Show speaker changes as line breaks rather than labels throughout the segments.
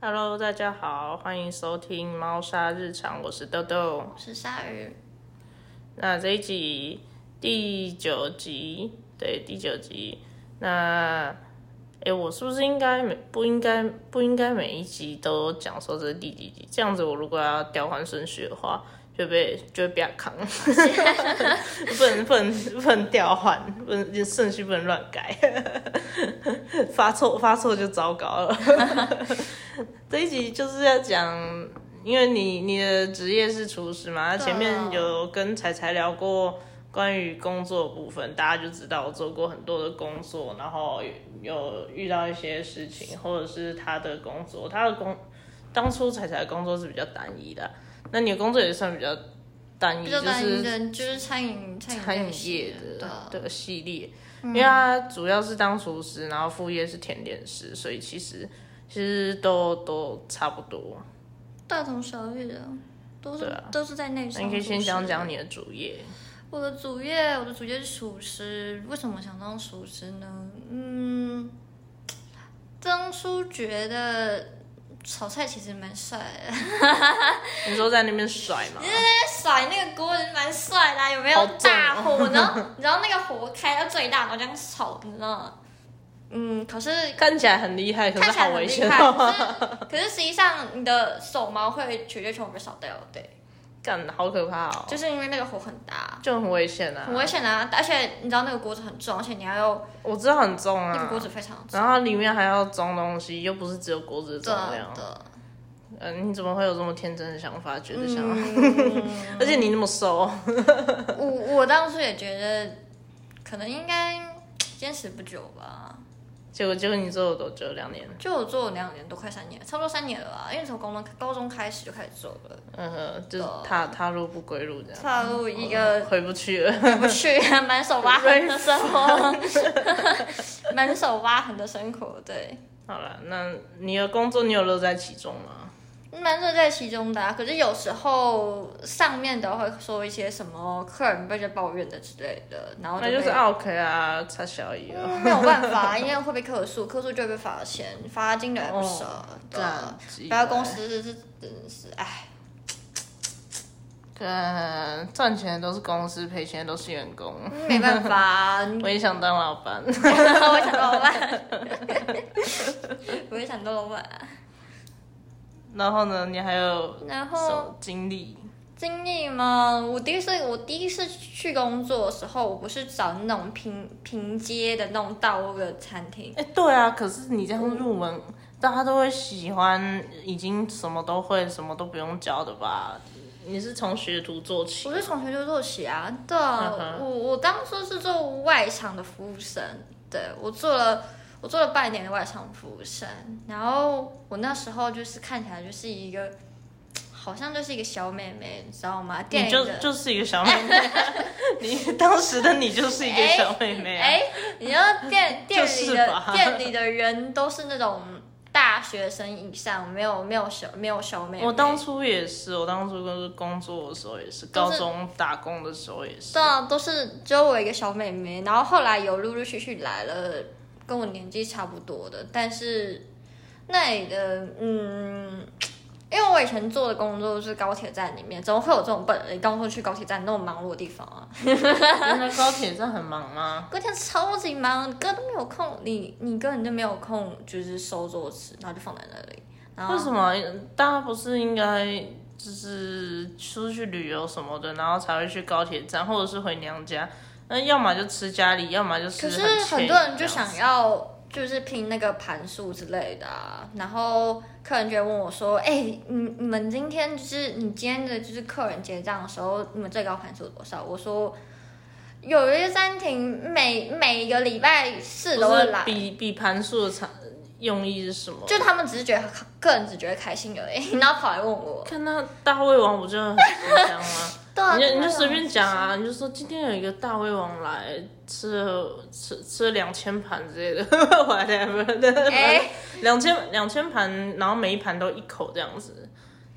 Hello，大家好，欢迎收听猫砂日常，我是豆豆。
我是鲨鱼，
那这一集第九集，对第九集，那诶，我是不是应该每不应该不应该每一集都讲说这是第几集？这样子我如果要调换顺序的话，就被就会被扛，不能不能不能调换，不能顺序不能乱改， 发错发错就糟糕了。 这一集就是要讲。因为你你的职业是厨师嘛，那前面
对啊
有跟彩彩聊过关于工作的部分，大家就知道我做过很多的工作，然后有有遇到一些事情，或者是他的工作，他的工当初彩彩的工作是比较单一的，那你的工作也算比较单一，
比较
嗯
单
就
一
是
的就是餐饮餐饮
餐
类
饮
型
业
对嗯
的
啊
的系列，因为他主要是当厨师，然后副业是甜点师，所以其实其实都都差不多。
大同小异的，都是、
对啊
都是在内
那
商。
你可以先讲讲你的主业，
我的主业，我的主业是厨师。为什么想当厨师呢？嗯，当初觉得炒菜其实蛮帅的，哎
你说在那边甩嘛？
嗯甩那个锅人蛮帅的啊、有没
好
有
重哦
大火？然后你知道那个火开到最大，然后这样炒，你知道吗？嗯，可是
看起来很厉害，可
看
是
起来
好
很
危
厉
险
害，
哦！
可是可是实际上你的手毛会绝对全部被烧掉，对，
干，好可怕哦，
就是因为那个火很大，
就很危险啊！
很危险啊！而且你知道那个锅子很重，而且你还有
我知道很重
那个
啊
锅，子非常重，
然后里面还要装东西，又不是只有锅子的重量
对。啊的，
嗯，你怎么会有这么天真的想法？觉得想要，
嗯，
而且你那么瘦，哦
我我当初也觉得可能应该坚持不久吧，
结果结果你做了多久？两年？
就我做了两年多，快三年，差不多三年了吧，因为从高中高中开始就开始做了，
嗯哼，就是踏踏入不归路这样，
踏入一个
回不去了。
回不去，满手疤痕的生活， 满手疤痕的生活，对，
好了，那你的工作你有乐在其中吗？
蛮乐在其中的、啊。可是有时候上面的会说一些什么客人被在抱怨的之类的，然后
那
被
就是 OK 啊，差小姨啊。
没有办法，因为会被客诉，客诉就会被罚钱，罚金的还不少。对啊，
哦这样
不要公司是是真是哎，
对，赚钱都是公司，赔钱都是员工。
没办法啊，
我也想当老板。
我也想当老板，我也想当老板。
然后呢，你还有
然
什
后
么经历？
经历吗？我第一次我第一次去工作的时候，我不是找那种平平街的那种道路的餐厅，
哎、对啊，可是你这样入门，大家都会喜欢已经什么都会、什么都不用教的吧？你是从学徒做起
我，是从学就做起啊。对
嗯
啊，
哼
我我当初是做外场的服务生，对我做了我做了半年的外场服务生，然后我那时候就是看起来就是一个，好像就是一个小妹妹，你知道吗？店
你
里
就
的
就是一个小妹 妹，你当时的你就是一个小妹妹啊、
哎、你知道 店店
就是
里的
吧
店里的人都是那种大学生以上，没有没有小没有小妹妹。
我当初也是，我当初就是工作的时候也是，高中打工的时候也是
对。啊，都是只有我一个小妹妹，然后后来有陆陆续续来了跟我年纪差不多的，但是那里的嗯。因为我以前做的工作是高铁站里面，怎么会有这种笨人高中去高铁站那么忙碌的地方啊？
原来高铁站很忙吗？
高铁站超级忙，你根本都没有空，你你根本就没有空，就是收桌子，然后就放在那里。然后
为什么大家不是应该就是出去旅游什么的，然后才会去高铁站，或者是回娘家？那要么就吃家里，要么就吃
可是
很
很
便宜啊
多人就
这样
想要就是拼那个盘数之类的啊，然后客人就会问我说：“哎、你你们今天就是你今天的就是客人结账的时候，你们最高盘数多少？”我说。有一些餐厅每每个礼拜四都
不
会
是
来，
比比盘数的差用意是什么？
就他们只是觉得个人只觉得开心而已， 然后跑来问我，
看那大胃王不就很紧张吗？
对啊，
你就你
那
就
种
随便讲啊，你就说今天有一个大胃王来吃了吃吃了两千盘之类的 ，whatever，
哎、
两千两千盘，然后每一盘都一口这样子，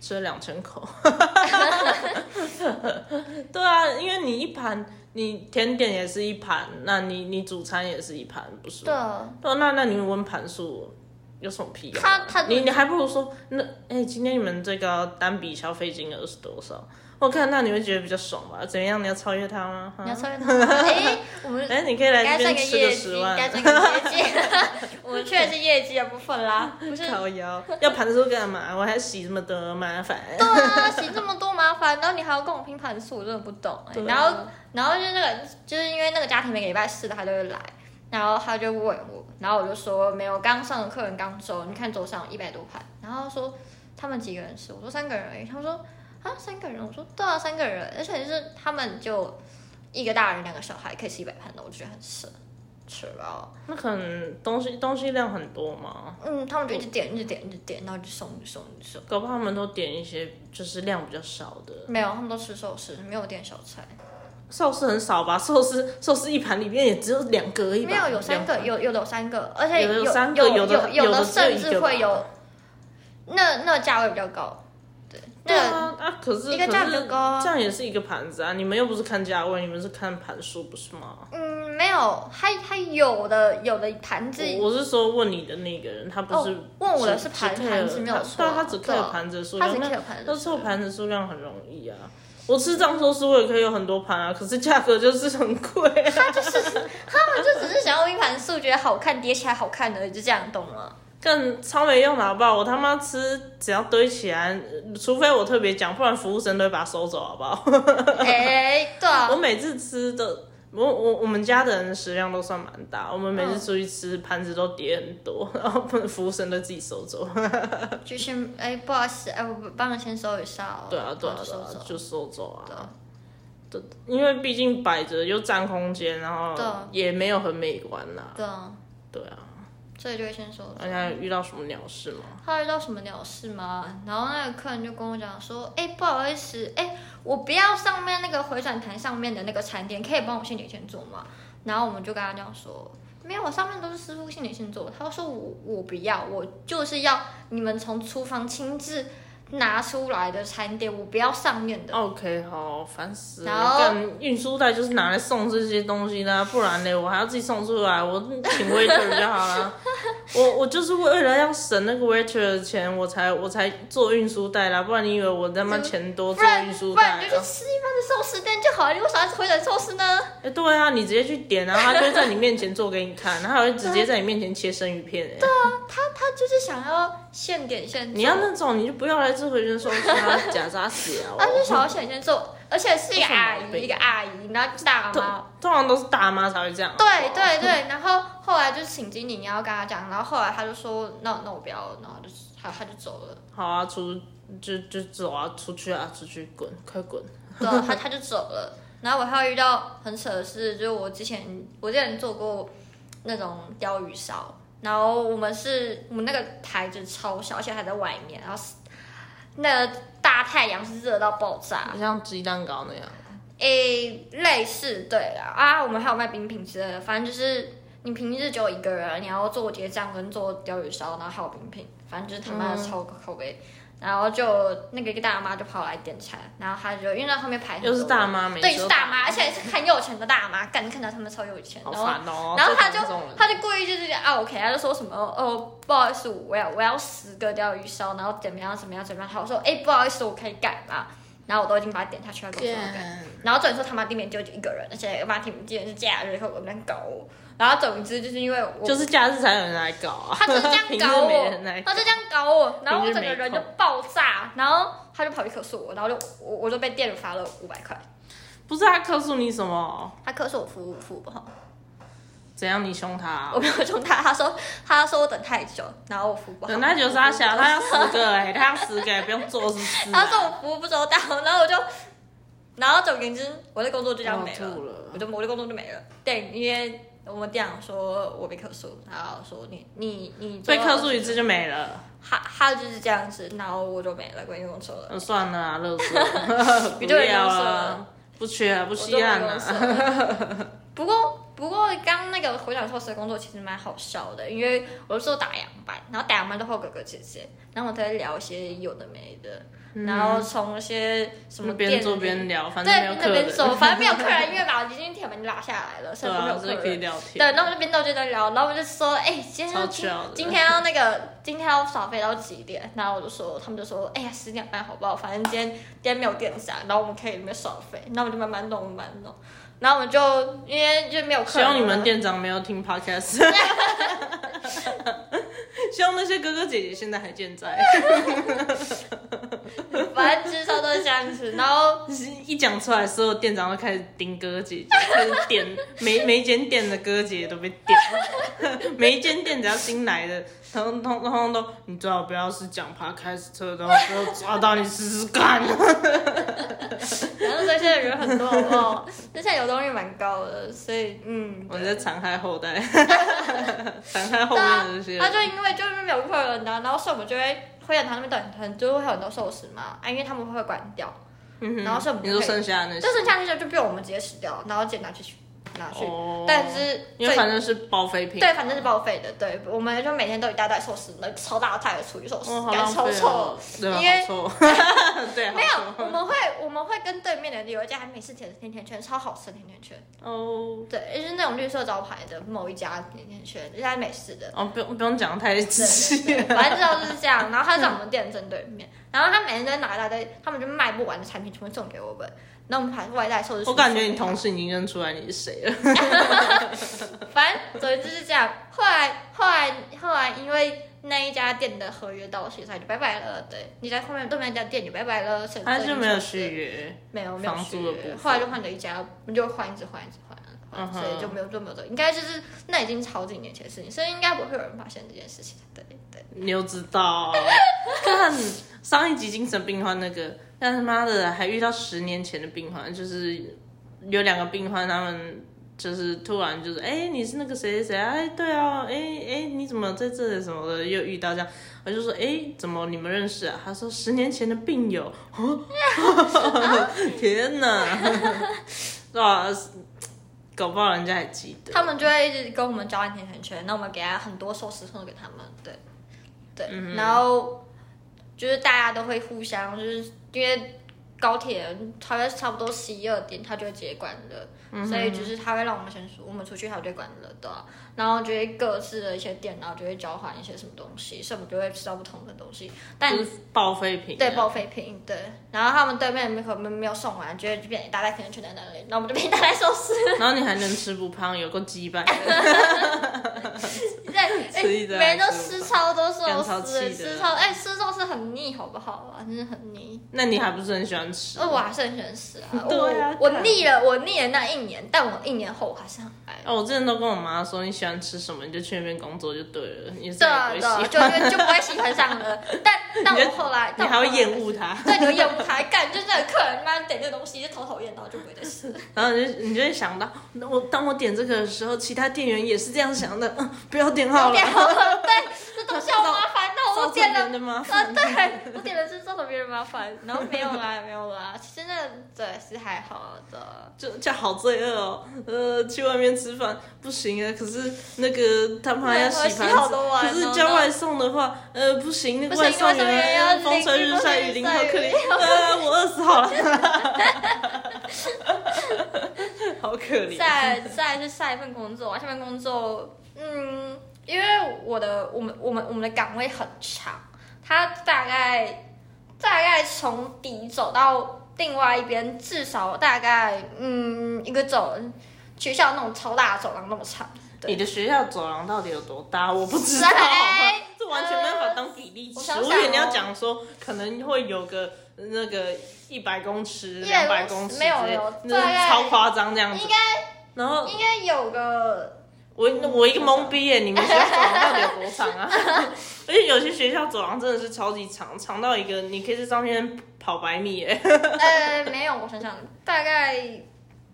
吃了两千口。 对啊，因为你一盘，你甜点也是一盘，那你你主餐也是一盘，不是吗？
对啊，
对啊，那那你问盘数，有什么屁用
他
啊？
他
你你还不如说，那哎、今天你们最高单笔消费金额是多少？我看那你会觉得比较爽吧？怎样？你要超越他吗？哈
你要超越他吗？哎，我 们
哎、你可以来
该
啊这
算
边吃
个
个
业绩，
十万，
该算个业绩。 我们去的是业绩的部 分啦，不是
靠腰，要盘数干嘛？我还洗这么多，麻烦。
对啊，洗这么多麻烦，然后你还要跟我拼盘数，我真的不懂哎、
对啊
然后，然后就是那个，就是因为那个家庭每个礼拜四他都会来，然后他就问我，然后我就说没有，刚上的客人刚走，你看桌上一百多盘，然后他说他们几个人吃，我说三个人而已，他说啊三个人，我说对啊三个人，而且就是他们就一个大人两个小孩可以吃一百盘的，我就觉得很奢侈啊。
那可能东西东西量很多嘛，
嗯，他们就一直点一直点一直点，然后就送一直送一直送，
搞不好他们都点一些就是量比较少的
没有，他们都吃寿司，没有点小菜。
寿司，很少吧？寿司寿司一盘里面也只有两个而已吧，
没有，有三个，
两盘
有有的有三个，而且
有的有
有
三个有
有
的有
的
的只有
甚
一
至
个
会
吧
有，那那价位比较高，对，
对
那
啊，啊，可是
一个价
可
比
是
较高啊
这样也是一个盘子啊！你们又不是看价位，你们是看盘数，不是吗？
嗯没有，它它有的有的盘子
我我是说问你的那个人，他不是、
哦问我的是
只
盘
只 care-
盘子没有
他
错
对啊
啊
他只
对啊
care 盘子的数
它
量，
只可以
那
有盘
那
子，
凑盘子数量很容易啊。我吃藏寿司，我也可以有很多盘啊，可是价格就是很贵 啊。
他们就只是想要一盘数觉得好看，叠起来好看而已，就这样，懂 吗？
更超没用的好不好？我他妈吃只要堆起来，呃除非我特别讲，不然服务生都会把它收走，好不好？
哎，对啊
我，每次吃的，我我我们家的人食量都算蛮大，我们每次出去吃盘子都叠很多，然后服务生都自己收走。
就是哎，不好意思，哎，我帮你先收一下哦，
对 啊，对啊对
然，后就收
啊，
走
就收走啊。
对啊
对，因为毕竟摆着又占空间，然后
对啊
也没有很美观呐、
对啊，
对啊，
所以就会先收走
而且还有遇到什么鸟事吗？
他遇到什么鸟事吗？然后那个客人就跟我讲说，哎、不好意思，哎、我不要上面那个回转台上面的那个餐点，可以帮我现点现做吗？然后我们就跟他讲说，没有，上面都是师傅现点现做。他说我我不要，我就是要你们从厨房亲自拿出来的餐点，我不要上面的。
OK，好，烦死
然
了！
后
干运输袋就是拿来送这些东西的啊、不然呢，我还要自己送出来，我请 waiter 就好 啦。我我就是为了要省那个 waiter 的钱，我才我才做运输袋啦，不然你以为我他妈钱多
不
做
然
运输
不
袋、
然你
啊
就？去吃一般的寿司店就好了，你为啥是回转寿司呢？
哎、对啊，你直接去点，然后他就会在你面前做给你看，然后还会直接在你面前切生鱼片、哎，
啊他就是想要现点现做。
你要那种你就不要来这回旋寿司啊，假扎死 啊！
他是
我
想要显现做，而且是一个阿
有什么毛病
姨，一个阿姨，然后大妈。
通常都是大妈才会这样。啊
对对对，然后后来就是请经理，你要跟他讲，然后后来他就说，那那我不要了，然后就他他就走了，
好啊，出就就走啊，出去啊，出去滚，快滚！
对啊，他他就走了。然后我还有遇到很扯的事，就是我之前我之前做过那种鲷鱼烧，然后我们是我们那个台子超小，而且还在外面，然后是那个大太阳是热到爆炸，
啊像鸡蛋糕那样。
诶、类似对啦啊，我们还有卖冰品之类的，反正就是你平日只有一个人，你要做结账跟做鲷鱼烧，然后还有冰品，反正就是他妈的
嗯
超口碑。然后就那个一个大妈就跑来点餐，然后她就因为在后面排很多
又是大妈，每
人，
次
哎对，
都
是大妈，而且是很有钱的大妈，干看到他们超有钱，
好
然后
烦哦。
然后他就
这种人
他就故意就是啊，OK，他就说什么哦，不好意思，我要我要十个鲷鱼烧，然后怎么样怎么样怎么样，我说哎、不好意思，我可以改嘛，然后我都已经把它点下去了，他跟我说改。然后总之他妈地面就一个人，而且妈地面竟然是假日，可我们搞我。然后总之就是因为我，
就是假日才有人来搞啊，
他就是这样
平
搞
日没
我，
人来搞
他就这样搞我，然后我
平日
整
没
个人就
空
爆炸，然后他就跑去客诉我，然后就我我就被店主罚了五百块，
不是他告诉你什么？
他客诉我服务服务不好，
怎样你凶他啊
我？没有凶他，他说他说我等太久，然后我服务不好，
等他九他小，
小，
他要十个哎，他要十个欸，不用做是不是 啊？
他说我服务不周到，然后我就，然后总而言之我的工作就这样
我
没了
吐。了
我。就我的工作就没了。对，因为我们店长说我被客诉，然后说你你你
被克诉一次，就没了，
他他就是这样子，然后我就没了，关于工作了，
嗯，算了啊，乐色，不
你就已经
要
说
了
了，
不缺啊，不
我
稀罕
了
啊。。
不过不不过刚那个回转寿司的工作其实蛮好笑的，因为我是做打烊班，然后打烊班都会有哥哥姐姐，然后我在聊一些有的没的，然后从一些什么
那嗯
店
边坐
里
啊边聊，反正没
对
有客
那边走，
人，
反正没有客 人，因为把已经铁门拉下来了，所
对
以没有
啊，
客
所以
人。
可以聊天，
对，那我们就边到就在聊，然后我就说，哎、今天要
超
今
chill 的
今天要那个今天要耍飞到几点？然后我就说，他们就说，哎、呀，十点半好不好？反正今天今天没有电闸，然后我们可以里面耍飞，那我们就慢慢弄，慢慢弄。然后我们就因为就没有客
希
人嘛，
望你们店长没有听 podcast，希望那些哥哥姐姐现在还健在。
反正至少都是这样子。然后
一讲出来，所有店长都开始盯哥哥姐姐，开始点每每一间店的哥哥姐姐都被点，每一间店只要新来的，通通通通都，你最好不要是讲爬开始车的话，然后抓到你试试看。
然后这些人很多哦好不 好？这些流动率蛮高的，所以嗯，
我在残害后代，残害后面的这些
啊他
人。
就因为就是没有客人啊然后然后所以我们就会会让他那边等，很就会有很多寿司嘛，啊，因为他们会关掉，
嗯哼
然后是我们
你说剩下的那些
就，剩下那些就被我们直接吃掉，然后直接拿去拿去，
哦
但是
因为
最
反正是报废品。
对，反正是报废的，对，我们就每天都一大袋寿司，那超大袋的厨余寿司
哦，，好
感
浪
觉超
费
臭
哦。，对啊，
因为
好臭， 对，好
没
臭
有，我们会我们会跟对面的有一家还没吃甜甜甜圈，超好吃的甜甜圈，
哦
对，就是那种绿色招牌的某一家甜甜圈，一家美式的，
哦，不用不用讲太仔细
对，对，反正知道就是这样。然后他在我们店正对面，然后他每天在拿一大堆，他们就卖不完的产品全部送给我们，那我们还外带寿司。
我感觉你同事已经认出来你是谁了。
反正总之就是这样。后来后来后来，因为那一家店的合约到期，所以就拜拜了。对，你在后面对面那家店就拜拜了，所以
他就没有续
去，
约，
没有没有
房
续
租的部
约
分
后来就换了一家，我们就换一直换一直换。
嗯哼
所以就没有就没有做，应该就是那已经超几年前的事情，所以应该不会有人发现这件事情。对对，
你又知 道。看上一集精神病患那个，但是妈的还遇到十年前的病患，就是有两个病患，他们就是突然就是，哎、你是那个谁谁谁啊？哎、对啊，哎、哎、你怎么在这里什么的？又遇到这样，我就说，哎、怎么你们认识啊？他说十年前的病友， 天哪， 对啊，搞不好人家还记得。
他们就会一直跟我们交换甜甜圈，那我们给他很多寿司送给他们，对对，然后就是大家都会互相，就是因为高铁它会差不多十一二点，它就会直接关了，所以就是它会让我们先出，我们出去它就会关了，对啊然后就会各自的一些店，然后就会交换一些什么东西，所以我们就会吃到不同的东西，但
就是报废品，
对，报废品，对。然后他们对面可能没有送完，就会变一大袋甜甜圈在那里，那我们就变一大袋寿司。
然后你还能吃不胖，有够鸡掰。
对，哎、
吃一堆
每人都
还吃
吃超多寿
干超
司的，
气的
吃超哎、吃寿司很腻，好不好啊？真的很腻。
那你还不是很喜欢吃？
哦，我还是很喜欢吃啊，
嗯 对啊
我我
对啊
腻了，我腻了那一年，但我一年后我还是很爱。
哦，我之前都跟我妈说，你喜欢吃什么你就去那边工作就对了，你
对
再
啊，
也不
对啊
会喜
就
欢，
就就不会喜欢上 了，但但我后来，
你
但我
还
后
会
来
厌恶它，
对，你会厌恶它，干就是那个客人妈点这个东西就头讨厌，然后就不会再吃了。
然后你就你就会想到，那我当我点这个的时候，其他店员也是这样想的，嗯，不要点好
有
了
点，好了，对，这东西好麻烦哦，我
造成
点
别
了
人的麻
啊，
烦。
对，我点了是造成别人麻烦，然后没有啦，没有啦，其实那对是还好的。
就就好罪恶哦，呃，去外面吃饭不行啊，可是那个他们还要
对
洗
洗
盘
好
子，
多碗
可是
哦
叫
那
外送的话，呃，不行，那
不
个
行
外送
外送员要
员风吹
淋
日晒
雨
雨淋，
晒
好可
雨
怜，啊，我饿死好了， 好可怜。
再再是下一份工作啊，下一份工作，嗯，因为我的我们我们我们的岗位很长，它大概大概从底走到另外一边，至少大概嗯一个走学校那种超大的走廊那么长。对
你的学校走廊到底有多大？我不知道
谁，
这完全没办法当比例
哎我
尺。
想想哦
我以为你要讲说可能会有个那个一百公尺、
100
两百公尺之
没
类
有
的，
没有
那
大概
是超夸张这样子
应。
然后
应该有个
我我一个懵逼耶，你们学校走廊到底有多长啊？ 而且有些学校走廊真的是超级长，长到一个你可以在上面跑百米耶。
呃没有，我想想，大概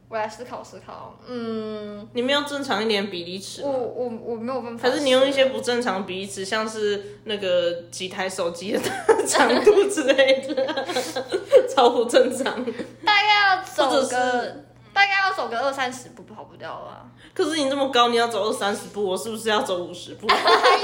我来思考思考，嗯，
你们要正常一点比例尺
我。我我没有办法。
还是你用一些不正常的比例尺，像是那个几台手机的长度 之类的，超不正常。
大概要走
或者
个
是
大大概要走个二三十步跑不掉吧。
可是你这么高，你要走二三十步，我是不是要走五十步？
因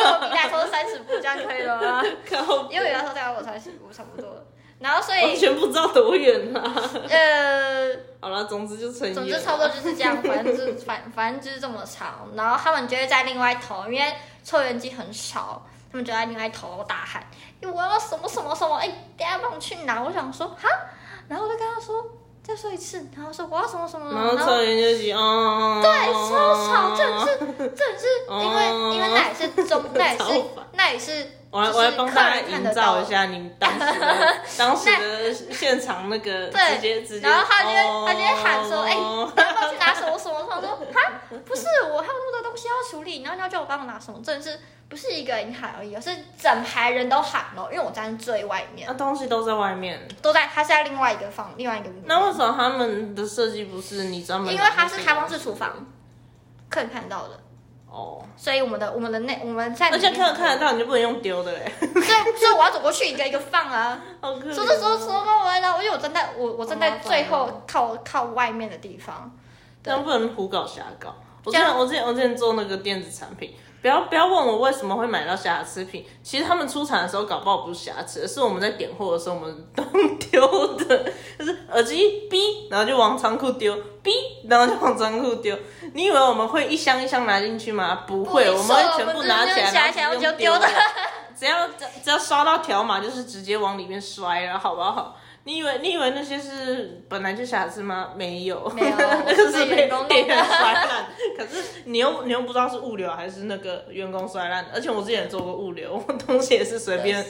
为我比他说三十步，这样可以了吗？
靠，
因为我那时候大概我三十步差不多了。然后所
完
以
全不知道多远啊！
呃，
好了，总之就成
总
瘾
之
了。
差不多就是这样，反正就是反 反正就是这么长。然后他们就会在另外一头，因为抽油烟机很少，他们就在另外一头大喊：“哎我要什么什么什么，哎、等一下帮我去拿。”我想说哈，然后我就跟他说再说一次，然后说我要什么什么，
然后
然
抽哦
后。
烟就急，哦，
对，超吵，这是这是因为、因为那也是中，那 也
超
是
烦
那也是
我来
就是
我来帮大家
客人看
营
得
造
到
一下你当时 的当时的现场那个
对
直接直接，
然后他就会
哦
他就会喊说哎然后去拿什么什么，他说哈，不是，我还有那么多东西要处理，然后你要叫我帮我拿什么，真的是不是一个人喊而已，而是整排人都喊了，因为我站最外面
那，东西都在外面，
都在他是在另外一个房，另外一个屋，
那为什么他们的设计不是你专门？
因为它是开放式厨房，客人看得到的，
哦，
所以我们的我们的内我们在
而且客人看得
到，
到，你就不能用丢的嘞，
对，所以我要走过去一个一个放啊，
好可怜。哦
说着说着说跟我呢，因为我站在我我站在最
好麻烦
后靠靠外面的地方。
这样不能胡搞瞎搞。我之
这
前
样
我之前我之前做那个电子产品，不要不要问我为什么会买到瑕疵品，其实他们出厂的时候搞不好不是瑕疵，而是我们在点货的时候我们弄丢的，就是耳机 B，然后就往仓库丢 B，然后就往仓库丢。你以为我们会一箱一箱拿进去吗？不会，
不
我们会
是
全
我
部
们
拿
就是
起来，
夹
然
起来
后直接
就
用
丢
的
的。
只要只只要刷到条码，就是直接往里面摔了，好不好？你以为你以为那些是本来就瑕疵吗？没有，
没有
那个是
是
被
员工弄的
别人摔烂。 可是你又你又不知道是物流还是那个员工摔烂的，而且我之前也做过物流，我东西也是随便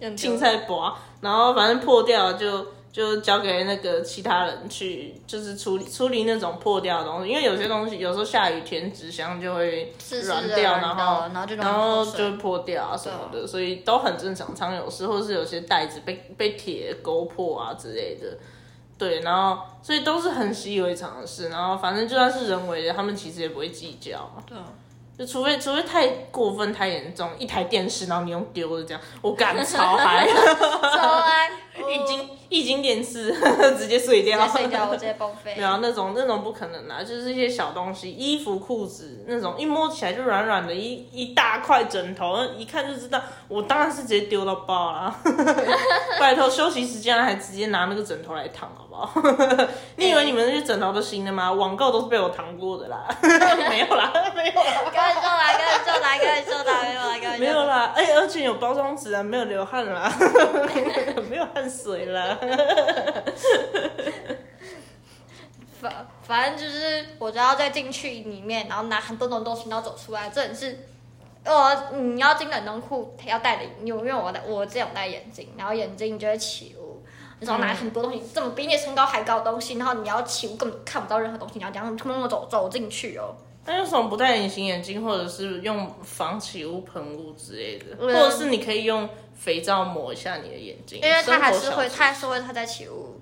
用丢
青菜拔，然后反正破掉就就交给那个其他人去，就是处理处理那种破掉的东西，因为有些东西有时候下雨天纸箱就会
是是
软
的
掉，
软
然
掉
后
然后就
然
容易
后
破碎
就会破掉啊什么的，所以都很正常，常有事，或是有些袋子被被铁勾破啊之类的。对，然后所以都是很习以为常的事，然后反正就算是人为的，他们其实也不会计较嘛。
对啊，
就除非除非太过分太严重，一台电视然后你用丢的这样，我 敢超嗨，
走来，
液
已
晶液晶电视 直接碎掉，
接睡觉，我直接报废
没。有那种那种不可能啦、啊就是一些小东西，衣服、裤子那种，一摸起来就软软的，一一大块枕头，一看就知道，我当然是直接丢到爆啦。 拜托，休息时间还直接拿那个枕头来躺，好不好？ 你以为你们那些枕头都新的吗？网购都是被我躺过的啦，没有啦，没有啦。
跟人就来，跟人就来，跟人就来， 没有来，跟人
没有啦，哎、而且有包装纸啊，没有流汗啦， 没有汗水啦。
反反正就是，我只要在进去里面，然后拿很多种东西，然后走出来，这也是。我你要进冷冻库，要戴的，因为我戴我之前有戴眼镜，然后眼镜就会起雾，然后拿很多东西，这么比你身高还高的东西，然后你要起雾根本看不到任何东西，你要这样默默走走进去哦。
那为什么不戴隐形眼镜，或者是用防起雾喷雾之类的，或
嗯
者是你可以用肥皂抹一下你的眼睛，
因为它还是
生活
会，
小
它还是会它在起雾，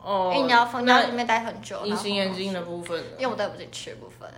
哦
因，为你要放你要
那
里面待很久。然后
隐形眼镜的部分呢，
因为我戴不进去的部分，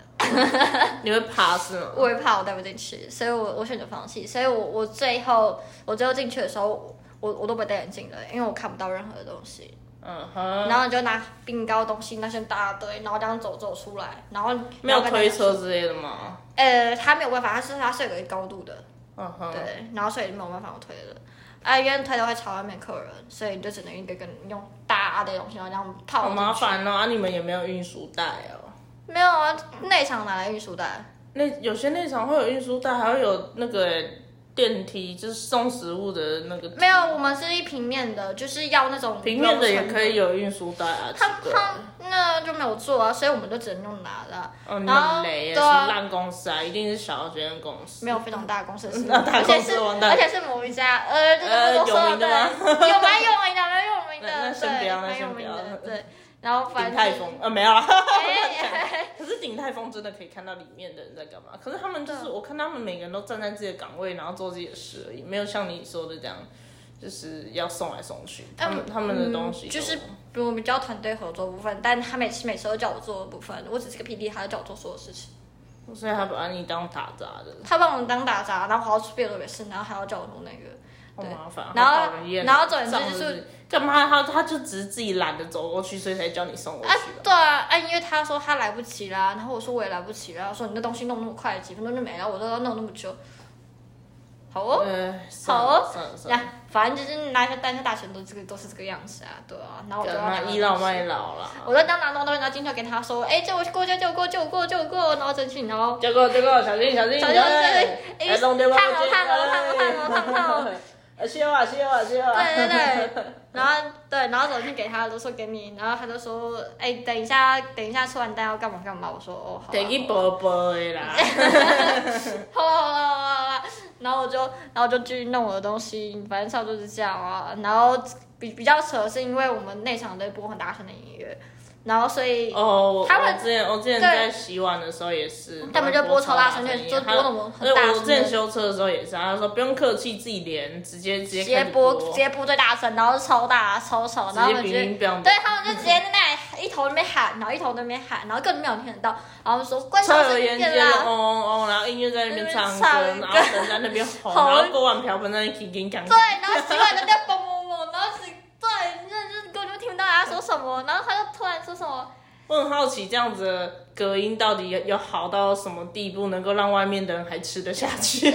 你会怕是吗？
我也怕我戴不进去，所以我我选择放弃。所以我我最后我最后进去的时候，我我都不戴眼镜的，因为我看不到任何的东西。
嗯哼，
然后你就拿冰糕东西那些大堆，然后这样走走出来，然后
没有
然后跟
推
他
车之类的吗？
呃，它没有办法，它是它是有个高度的，
嗯哼，
对，然后所以没有办法我推的。啊，因为推的会吵外面客人，所以你就只能一个一个用大的东西，然后这样泡
好
进
麻
去。
烦哦，啊，你们也没有运输袋哦。
没有啊，内场拿来运输啊袋。
那有些内场会有运输袋，还会有那个欸电梯，就是送食物的那个
没有，我们是一平面的，就是要那种
平面的也可以
有。
有运输袋啊，
他
奇怪
他那就没有做啊，所以我们就只能用拿的啊、
哦，你
然后
很雷耶，是
对啊
烂公司啊，一定是小学生公司。
没有非常大的公司的事 情，
那大
而
公司
且是
完蛋
而且是某一家，呃，就是
呃
我说
有名的吗
对有蛮有名的，蛮有名
那那
的，
先不
对，
要那
蛮有
先不
名
要
的，对。然后反
鼎
正
泰丰呃没有啦，
哎
可是鼎泰丰真的可以看到里面的人在干嘛。可是他们就是
对
我看他们每个人都站在自己的岗位，然后做自己的事而已，没有像你说的这样，就是要送来送去。他们他们的东西
嗯
都
就是比我们教团队合作部分，但他每次每次都叫我做的部分，我只是个 PD，他就叫我做所有事情。
所以他把你当打杂的，
他帮我们当打杂，然后还要出别的也是，然后还要叫我弄那个。
好麻烦，
然
好讨
后
人厌
然后总之
仗着
就是
自己干嘛他他就只是自己懒得走过去，所以才叫你送过去
啊
的。，
对啊，啊，因为他说他来不及啦，然后我说我也来不及啦，说你那东西弄那么快，几分钟就没了，我都要弄那么久。好哦，
嗯，
好哦
算了算了，
呀，反正就是拿下单下大全都这个都是这个样子啊，对啊，然后我就
干
要
嘛
拿
倚老卖老啦？
我在当拿东东，然后进去给他说，哎、借我过，借我过，借我过，借我过，然后进去，然后
结果结果，小心小心，
小心哦
哎
小心
哎弄丢了，
烫了烫了烫了烫了烫了
哎谢哎 我啊谢我啊谢我啊。
对对对，然后对，然后走进给他，都说给你，然后他就说，哎、等一下，等一下出完单要干嘛干嘛，我说哦，好啊、
等一
好啊
波波的 啦，
好啊好啊好啊好啊然后我就，然后我就继续弄我的东西，反正差不多是这样啊。然后比比较扯是因为我们内场在播很大声的音乐，然后所以
哦，我
他们
我之前我之前
对
在洗碗的时候也是，
他们就播超大声就
音
就播那种
还
很
有
大声的
我之前修车的时候也是，他说不用客气，自己连直接直
直
接
接
开始
播直接播最大声，然后超大超吵，然后
直接
我们
乒
觉得。
乒乓乓
对。他们就直接在那里一头在那边喊，然后一头在那边喊，然后根本没有听得到，然后说关
抽
小
油
声一
烟机
点
就嗡
啦。
嗡嗡，然后音乐在那边唱歌，
在那边
然
唱歌
后人在那边 吼，然后锅碗瓢盆在那里叮叮当
对，然后洗碗在那嘣嘣嘣，然后是对，那就是根本就听不到他说什么，然后他就突然说什么，
我很好奇，这样子的隔音到底有有好到什么地步，能够让外面的人还吃得下 去？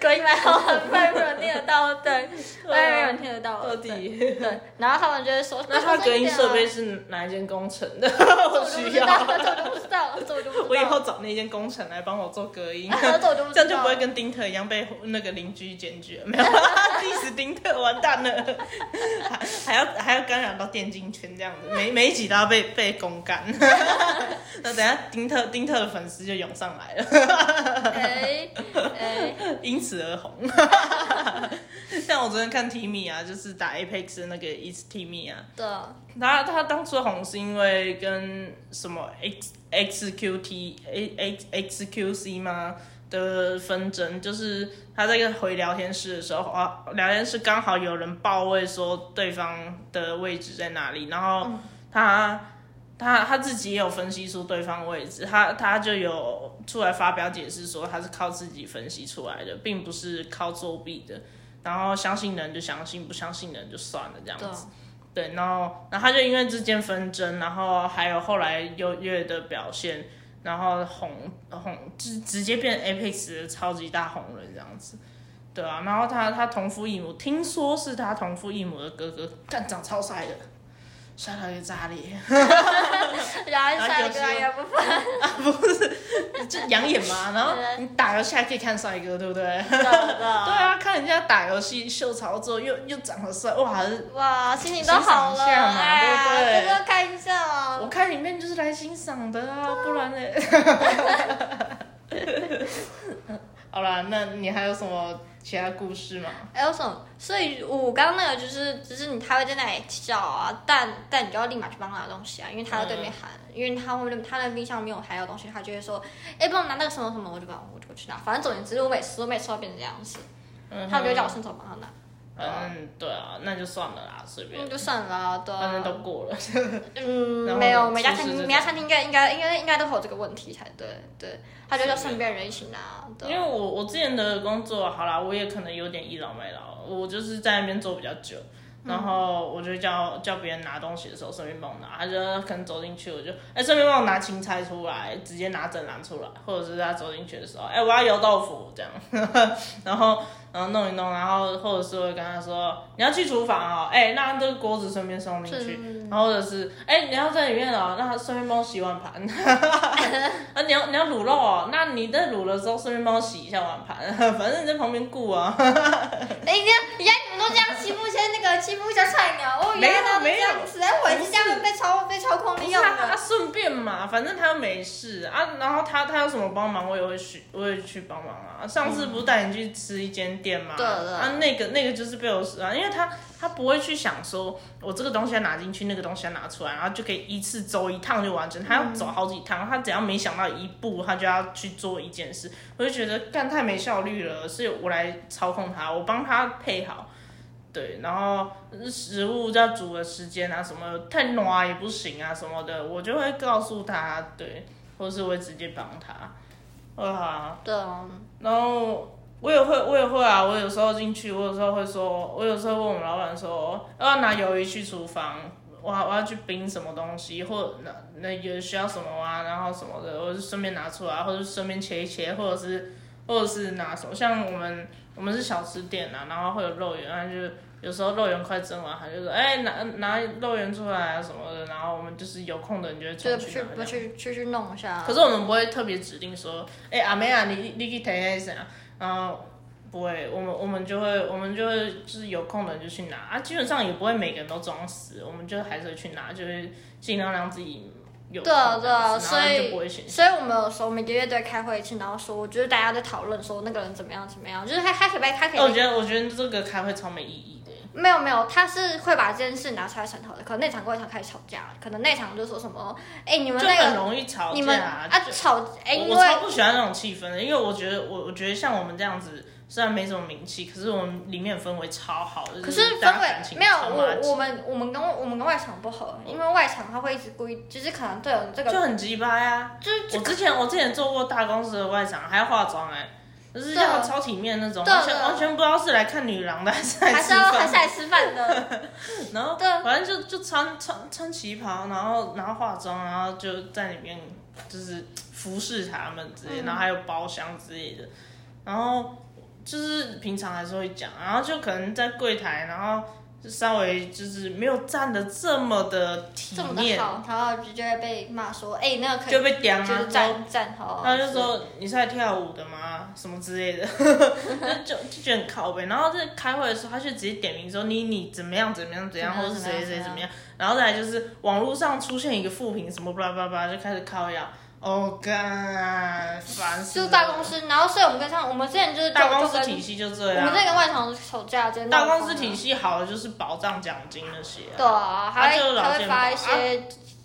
隔音蛮好，很快没有人听得到， 对，外面没有人听得到，
到
对
底？
对，然后他们就会说，
那它隔音设备是哪一间工程的？ 我
关小声一
需
点啦
要。
这我就不知道，这我就不知道，这我就不知道，
我以后找那间工程来帮我做隔音，
啊 这我就不知道，
这样就不会跟丁特一样被那个邻居检举了，没有， 历史丁特完蛋了，还还要还要干扰到电竞圈这样子，每每一集都要被被公干。 那等下丁特丁特的粉丝就涌上来了，
哎哎，
因此而红。像我昨天看 Timmy 啊，就是打 Apex 的那个 East Timmy 啊，
对，
他他当初红是因为跟什么 X X Q T A X X Q C 吗的纷争，就是他在跟回聊天室的时候，啊，聊天室刚好有人报位说对方的位置在哪里，然后他。他他自己也有分析出对方位置，他他就有出来发表解释说他是靠自己分析出来的，并不是靠作弊的。然后相信人就相信，不相信人就算了这样子
对。。啊
对，然后然后他就因为之间纷争，然后还有后来优越的表现，然后红红直直接变 Apex 的超级大红人这样子，对啊，然后他他同父异母，听说是他同父异母的哥哥，干长超帅的，帅到一个炸裂，
然后下一个哎也不
就养眼嘛，然后你打游戏还可以看帅哥，对不对？
知道的。
对啊，看人家打游戏秀操作，又又长得帅，哇！
哇，心情都好
欣
了，
赏一下嘛
哎呀，
啊对不对
这个看一下
我
哦。
看里面就是来欣赏的啊，不然呢？ 好啦，那你还有什么其他故事吗？
还有什么？所以我刚刚那个就是，就是你他会在那里叫啊，但但你就要立马去帮他拿东西啊，因为他在对面喊，
嗯
因为他后面他的冰箱没有还有东西，他就会说，哎、帮我拿那个什么什么，我就帮我就去拿。反正总而言之，我每次都每次都变成这样子，
嗯
他们就会叫我伸手帮他拿，
嗯，对啊，那就算了啦，随便
嗯，，就算了啊，对
反正
啊。
都过了。然
嗯，
后
没有，
呢
每家
出
餐
事这
厅
种
每家餐厅应该应该应该应该都会有这个问题才对，对，他就叫身边人一起拿，
因
对
为我我之前的工作，好啦，我也可能有点倚老卖老，我就是在那边做比较久，然后我就叫叫别人拿东西的时候，顺便帮我拿，他就可能走进去，我就哎顺、便帮我拿芹菜出来，直接拿整篮出来，或者是他走进去的时候，哎、我要油豆腐这样， 然后然后弄一弄，然后或者是我会跟他说你要去厨房哦，哎、那这个锅子顺便送进去。
嗯
然后或者是，哎、你要在里面哦，那顺便帮我洗碗盘。啊，你要你要卤肉哦，那你在卤的时候顺便帮我洗一下碗盘，反正你在旁边顾啊。
哎、你看，你看你们都这样欺负一些那个欺负一些菜鸟，哦，原来他们这样子，哎，我也是这样被操被操控利
不
用
是啊，啊
的。
顺便嘛，反正他没事啊，然后他他有什么帮忙，我也会去，我也去帮忙啊。上次不是带你去吃一间店吗？
对对
啊，那个那个就是被我啊，因为他他不会去想说我这个东西要拿进去，那个东西要拿出来，然后就可以一次走一趟就完成。他要走好几趟，他只要没想到一步，他就要去做一件事，我就觉得干太没效率了，是我来操控他，我帮他配好。对，然后食物要煮的时间啊，什么太暖也不行啊，什么的，我就会告诉他，对，或是会直接帮他，啊，
对啊，
然后我也会，我也会啊！我有时候进去，我有时候会说，我有时候问我们老板说，哦要拿鱿鱼去厨房，我我要去冰什么东西，或那那有需要什么啊，然后什么的，我就顺便拿出来，或者顺便切一切，或者是或者是拿什么，像我们我们是小吃店啊，然后会有肉圆，然后就有时候肉圆快蒸完，他就说，哎、拿拿肉圆出来啊什么的，然后我们就是有空的，你就会冲
就是
去
去
拿这
不
样。
去去去弄一下。
可是我们不会特别指定说，哎、阿妹啊，你你去填一下啥，然后不会，我们我们就会我们就会就是有空的人就去拿啊，基本上也不会每个人都装死，我们就还是会去拿，就是尽量让自己有空
对啊对啊
这样子然后
所以
就不会显示。
所以我们有时候每个月都会开会一次，然后说，就是大家在讨论说那个人怎么样怎么样，就是他他可以被他可
哎我
以
觉得我觉得这个开会超没意义的，
没有没有，他是会把这件事拿出来检讨的。可能那场跟一场开始吵架，可能那场就说什么，哎、你们
就
那
很
个
容易吵
你
架
们
啊。
啊
就
吵，哎、因
我我
为
超不喜欢那种气氛的，因为我觉得我我觉得像我们这样子，虽然没什么名气，可是我们里面氛围超好，就
可
大
是氛
家感
围
情
没有
超默契
我我们我们跟我们跟外场不合，因为外场他会一直故意，就是可能对我们这个
就很鸡巴呀。
就是
我之前我之前做过大公司的外场，还要化妆哎、就是
对
要超体面那种，
对啊
完全
对啊
完全不知道是来看女郎的还是来
还
吃
是要
饭
还是
的。
来吃 饭的，
然后
对啊
反正就就穿穿穿旗袍，然后然后化妆，然后就在里面就是服侍他们之
嗯
类，然后还有包厢之类的，然后就是平常还是会讲，然后就可能在柜台，然后就稍微就是没有站的这么的体
这么的
面，
好，然后就就会被骂说，哎、那个可以
就被刁啊，
就是
然后
站站好，
他就说你是来跳舞的吗？什么之类的， 就就觉得很靠背。然后在开会的时候，他就直接点名说你你怎么样怎么样怎样，
怎
或
么样
者是谁谁
怎
怎
么
么
样
样。然后再来就是网络上出现一个负评什么巴拉巴拉巴拉，就开始靠腰。哦，干，烦死
就
了！
是大公司，然后所以我们跟上我们之前就是就
大公
就
司
跟
体系就这
我们
样
之。前跟外场吵架，真的
大公司体
系
系好的就是保障奖金那些啊、
对啊，还
啊就
会
老
还会
健
发
保
一
啊
些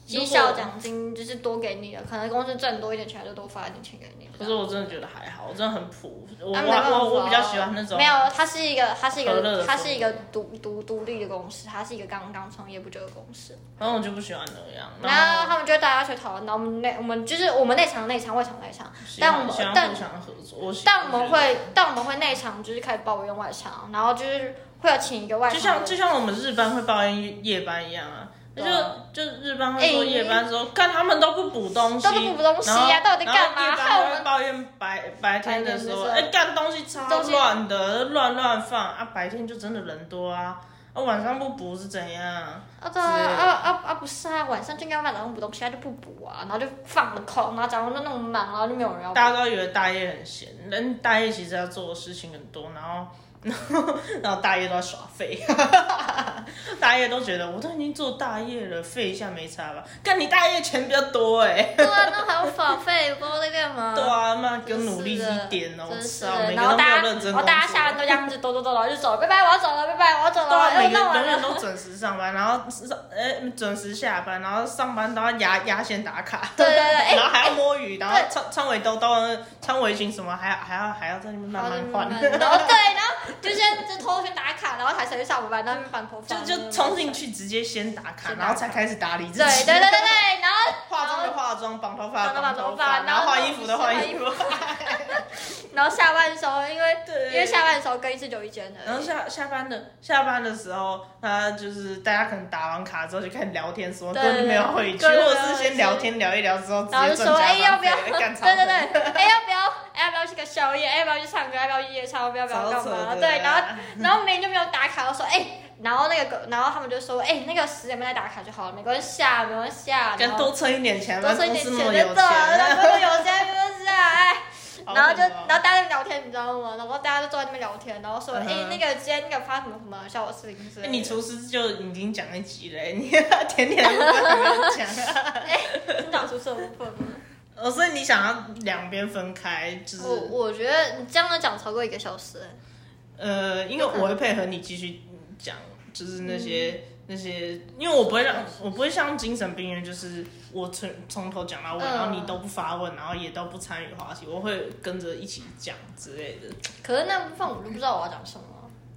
绩
如
效
果
奖金，就是多给你的，可能公司挣多一点钱就多发一点钱给你。
可是我真的觉得还好，我真的很普，我、
啊没办法
我我我比较喜欢那种
没有，它是一个，它是一
和乐
个，
的
它
氛
是
围
一个独独独立的公司，它是一个刚刚创业不久的公司。
反正我就不喜欢那样。
然后他们就大家去讨论，然后我们那我们就是我们内场内场外场内场，
喜
但
欢
我们
喜欢
但
互相合作，我喜
但我们
觉得
会但我们会内场就是开始抱怨外场，然后就是会有请一个外
就
场
像
的。
就像我们日班会抱怨夜班一样啊，
对
就
啊
就日班会说夜班说，看他们都不补东西，
都不补东西啊
然后
到底在干嘛
然后夜
害我
班
们
会抱怨白白天的
白天的时候啊
说，哎，干东西超
东西
乱的，乱乱放啊，白天就真的人多啊，啊晚上不补是怎样？
啊对啊啊啊啊不是啊，晚上就应该晚上补东西，他就不补啊，然后就放了空，然后假装就那么忙，然后就没有人要补。
大家都以为大夜很闲，但大夜其实要做的事情很多，然后然后大夜都在耍废， 大夜都觉得我都已经做大夜了，废一下没差吧？干你大夜钱比较多哎、
对啊，那还要耍费，不知道在干嘛。
对啊，妈给我
真是的
努力一点哦！我
啊真是
操，
的，
每个
然后
都没
大
有
家，
认真
然
工
后
作。
大家下班都这样子走走走，然后就走，拜拜，我要走了，拜拜，我要走
对啊
了，，
每个
哎，那
人
完
永远
了。
都准时上班，然后上哎准时下班，然后上班都要压压线打卡，
对对对 哎
然后还要摸鱼，然后
对
穿穿围兜兜、穿围裙什么，还要还要还要在那边慢
然后
慢
就
换
慢，慢然后对，然后就先就偷偷去打卡，然后才才去上班，然后绑头发，
就就冲进去直接先打卡，
先打卡
然后才开始打理自己。
对对对对对，然后
化妆的化妆，绑头发
绑头
的
发
绑头
绑头发
发，然后换衣服的换衣服。
然后下班的时候，因为
对
因为下班的时候更衣室就一间的，
然后下下班的下班的时候，他就是大家可能打完卡之后就开始聊天，什么
对
根本没有回去，
对
或
对对
者是先聊天聊一聊之后直
然后
接
就
赚
说
加
哎要
班
不
费
要，，
干超
对对对，哎要不要哎要不要去个宵夜，哎要不要去唱歌，要不要去夜唱，要不要不要
超
干
扯
嘛？
的
对，然后
啊
然后明明就没有打卡，我说哎、然后那个，然后他们就说哎、那个十点半再打卡就好了，没关系啊，没关系啊，然
跟
后
多存一点钱，
多
反
收一
正公司
点钱
那么有
就走了，
钱，
然后有钱没关系啊，哎，
好
然后就
狠哦
然后大家在聊天，你知道吗？然后大家就坐在那边聊天，然后说哎、
嗯哼
那个今天那个发什么什么笑我事情之类
哎
的，
你 厨师就已经讲一集了，你 甜甜的部分还没有讲。
你讲出这部分吗？
哦，所以你想要两边分开，就是
哦我我觉得你这样讲超过一个小时、哎
呃，因为我会配合你继续讲，就是那
嗯
些、那些，因为我不会让我不会像精神病院，就是我从从头讲到尾，
嗯
然后你都不发问，然后也都不参与话题，我会跟着一起讲之类的。
可是那部分我就不知道我要讲什么。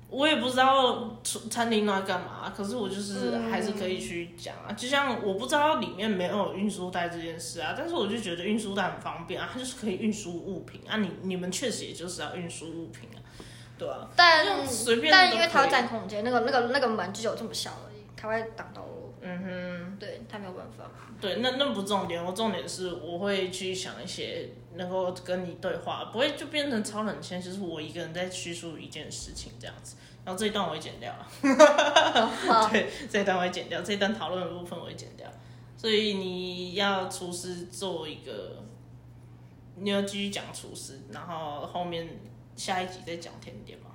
我也不知道出餐厅要干嘛，可是我就是还是可以去讲啊。
嗯
就像我不知道里面没有运输带这件事啊，但是我就觉得运输带很方便啊，它就是可以运输物品啊。你你们确实也就是要运输物品啊，对啊。
但
就随便
嗯但
都
因为
可
它会
以啊
占空间，那个那个那个门就只有这么小而已，它会挡到我。
嗯
对，它没有办法。
哼，对，那那不重点，我重点是我会去想一些能够跟你对话，不会就变成超冷线，就是我一个人在叙述一件事情这样子。然后这一段我会剪掉啊。
好
对，这一段我会剪掉，这一段讨论的部分我会剪掉。所以你要厨师做一个，你要继续讲厨师，然后后面下一集再讲甜点嘛。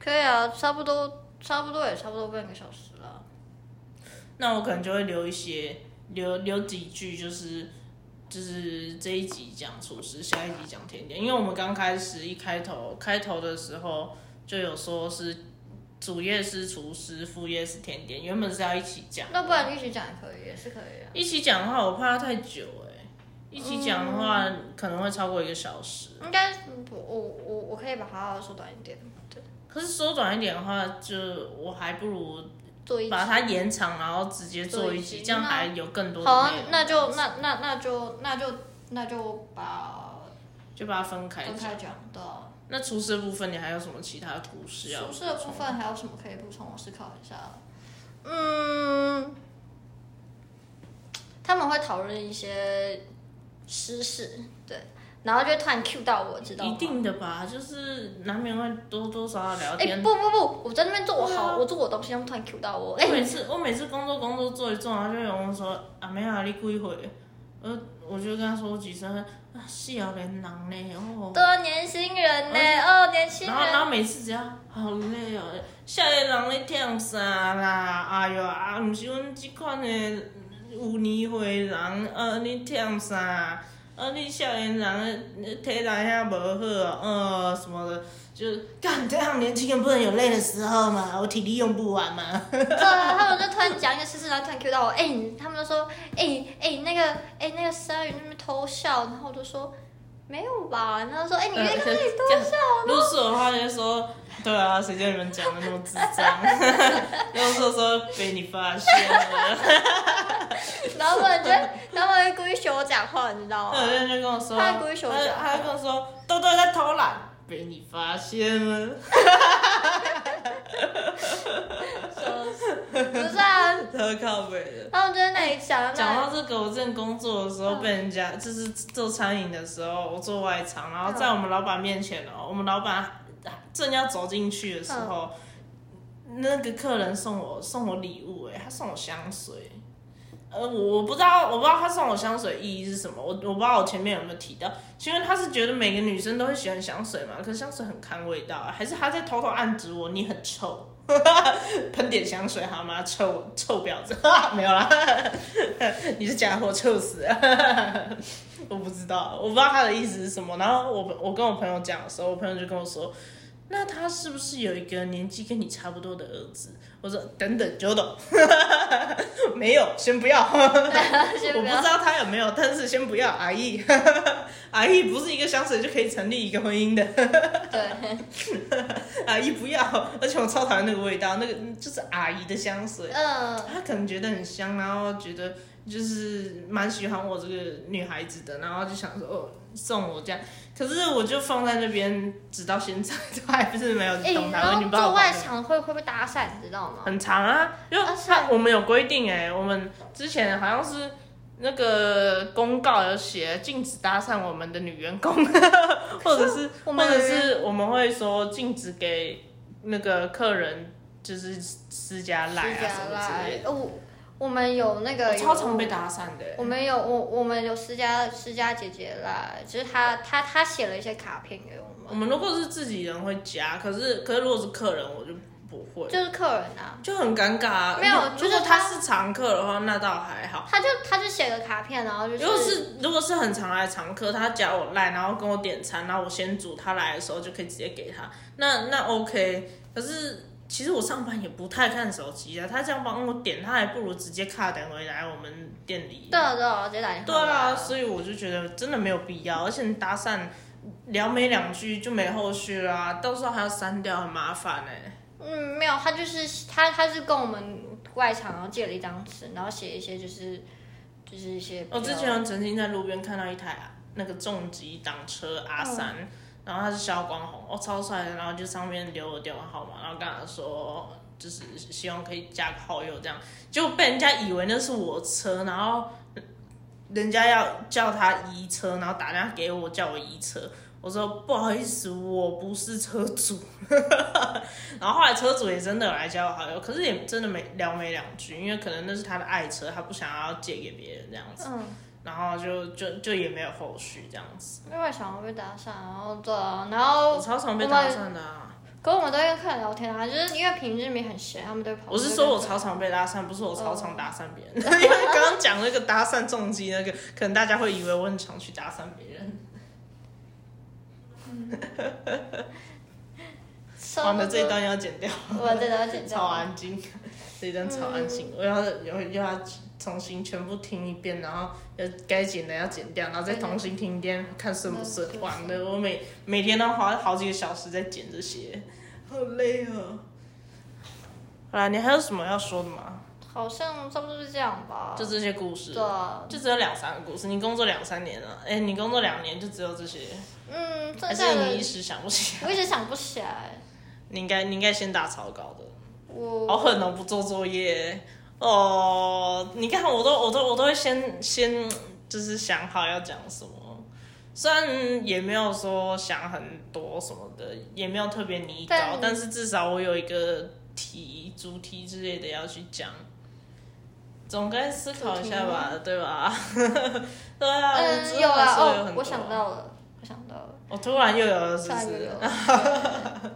可以啊，差不多差不多也差不多半个小时了。
那我可能就会留一些，留留几句，就是就是这一集讲厨师，下一集讲甜点，因为我们刚开始一开头开头的时候就有说是主业是厨师，副业是甜点，原本是要一起讲的。
那不然一起讲也可以，也是可以啊。
一起讲的话，我怕太久哎、一起讲的话，
哦
可能会超过一个小时。
应该我我我我可以把它缩短一点，
可是缩短一点的话，就我还不如
做一集。
把它延长，然后直接做一
做一
集，
集
这样还有更多
好
的
啊
内容。，
那就那那那就那就那就把
就把它分开
分
讲。
开讲的。
那厨师的部分，你还有什么其他故事要
宿
补充？
舍部分还有什么可以补充？我思考一下。嗯，他们会讨论一些时事，对，然后就会突然 Q 到我，知道吗
一。定的吧，就是难免会多多少少聊
哎、
天。
不不不，我在那边做我
对
好，
啊
我做我东西，他们突然 Q 到我，哎、
我每次我每次工作工作做一做，然后就有人说啊没有啊，你几岁？呃，我就跟他说我几岁，他说啊是啊，连人呢哦。
多年轻人呢、哦，年轻
然后，啊然
人，
后每次只要好累哦，少年人咧跳啥啦？哎哟，啊，毋是阮即款的有年岁人，呃，你跳啥？呃，你少年人的体力遐无好，呃，什么的，就是干这样，年轻人不能有累的时候嘛，我体力用不完嘛。
对，他们就突然讲一个事事，然后突然 Q 到我，哎、你他们就说，哎、哎、那个，哎、那个鲨鱼那边偷笑，然后我就说没有吧，然后说，哎、你
呃
那
可
个
是
里
这样
偷笑。
如果是我的话，就说，对啊，谁叫你们讲的那么智障？然后说说被你发现了。
然后他们就会，然后他们会故意学我讲话，你知道
有
吗？
人就跟我说，
他还故意说我
他
假
他还跟我说，豆豆在偷懒，被你发现 了。
说不是啊，
超靠北的。
他们就在那里讲，
讲
那嗯
到这个，我之前工作的时候被人家，就是做餐饮的时候，我做外场，
嗯
然后在我们老板面前哦，我们老板正要走进去的时候，那个客人送我送我礼物、哎，他送我香水。呃，我我不知道，我不知道他送我香水意义是什么，我我不知道我前面有没有提到。请问他是觉得每个女生都会喜欢香水吗？可是香水很看味道、啊，还是他在偷偷暗指我你很臭？ 喷点香水好吗？臭臭婊子， 没有啦，你是假货，臭死了。 我不知道，我不知道他的意思是什么。然后我我跟我朋友讲的时候，我朋友就跟我说，那他是不是有一个年纪跟你差不多的儿子？我说等等，久等， 没有，先不要。
些
我
不
不
要
知道他有没有，但是先不要，阿姨， 阿姨不是一个香水就可以成立一个婚姻的，
对，
阿姨不要，而且我超讨厌那个味道，那个嗯就是阿姨的香水，
嗯，
她可能觉得很香，然后觉得就是蛮喜欢我这个女孩子的，然后就想说哦送我这样，可是我就放在那边，直到现在都还不是没有
哎，
懂
然
它，你
后
不知道
做
我
外
懂
场会会被搭讪，你知道吗？
很长啊，就
啊是
他我们有规定哎、我们之前好像是那个公告有写禁止搭讪我们的女员工， 或者是或
我们
者是 我们会说禁止给那个客人就是私家赖
指
啊
甲
什么之类
来
的，，
呃我我们有那个
我超常被搭讪的欸、
我们有我我们有私家私家姐姐啦，就是她她她写了一些卡片给我
我们
们，
如果是自己人会加，可是可是如果是客人我就不会，
就是客人啊，
就很尴尬、啊。
没有
如
就是
如果他
他
是常客的话，那倒还好。
她就她就写个卡片，然后就
如果是如果是很常来常客，他加我赖，然后跟我点餐，然后我先煮，他来的时候就可以直接给他，那那 OK。可是其实我上班也不太看手机啊，他这样帮我点，他还不如直接卡等回来我们店里。
对啊对啊，直接打电话
对
来
啊，所以我就觉得真的没有必要，而且你搭讪聊没两句就没后续啦、到时候还要删掉，很麻烦哎、
嗯，嗯，没有，他就是他他是跟我们外场然后借了一张纸，然后写一些就是就是一些比较。
哦我之前曾经在路边看到一台啊，那个重机挡车 R 三、然后它是消光红，哦，超帅的，然后就上面留我电话号码，然后跟他说就是希望可以加个好友这样，结果被人家以为那是我车，然后人家要叫他移车，然后打电话给我叫我移车。我说不好意思，我不是车主。 然后后来车主也真的有来加我好友，可是也真的没聊没两句，因为可能那是他的爱车，他不想要借给别人这样子。
嗯，
然后就就就也没有后续这样子。
因为外场被打散，然后对啊，然后
我超常被搭讪的啊！
可我们都会跟客人聊天啊，就是因为平日没很闲，他们都会跑。
我是说我
对
超常被搭讪，不是我超常搭讪别人。因为刚刚讲那个搭讪重击那个，可能大家会以为我很常去搭讪别人。完了，这一，段要剪掉，
差不多我这 段要剪掉。
超安静， 这一段超安静。
嗯
我要又又要重新全部听一遍，然后要该剪的要剪掉，然后再重新听一遍，看顺不顺
嗯对。
完了，我每每天都花好几个小时在剪这些，好累哦。好啦，你还有什么要说的吗？
好像差不多是这样吧。
就这些故事，
对啊，
就只有两三个故事。你工作两三年了，哎、你工作两年就只有这些，
嗯，
还
剩下
是
的
你一时想不起来？
我一直想不起来。
你应该你应该先打草稿的，
我
好狠哦，不做作业哦。你看，我都我都我都会先先就是想好要讲什么，虽然也没有说想很多什么的，也没有特别拟稿，
但
但是至少我有一个题主题之类的要去讲。总该思考一下吧，对 吧？对啊，我
嗯
知
有
道
啊
还是有
哦
很，多
我想到了，我想到了。
我突然又有了，是不
下一个
是
有？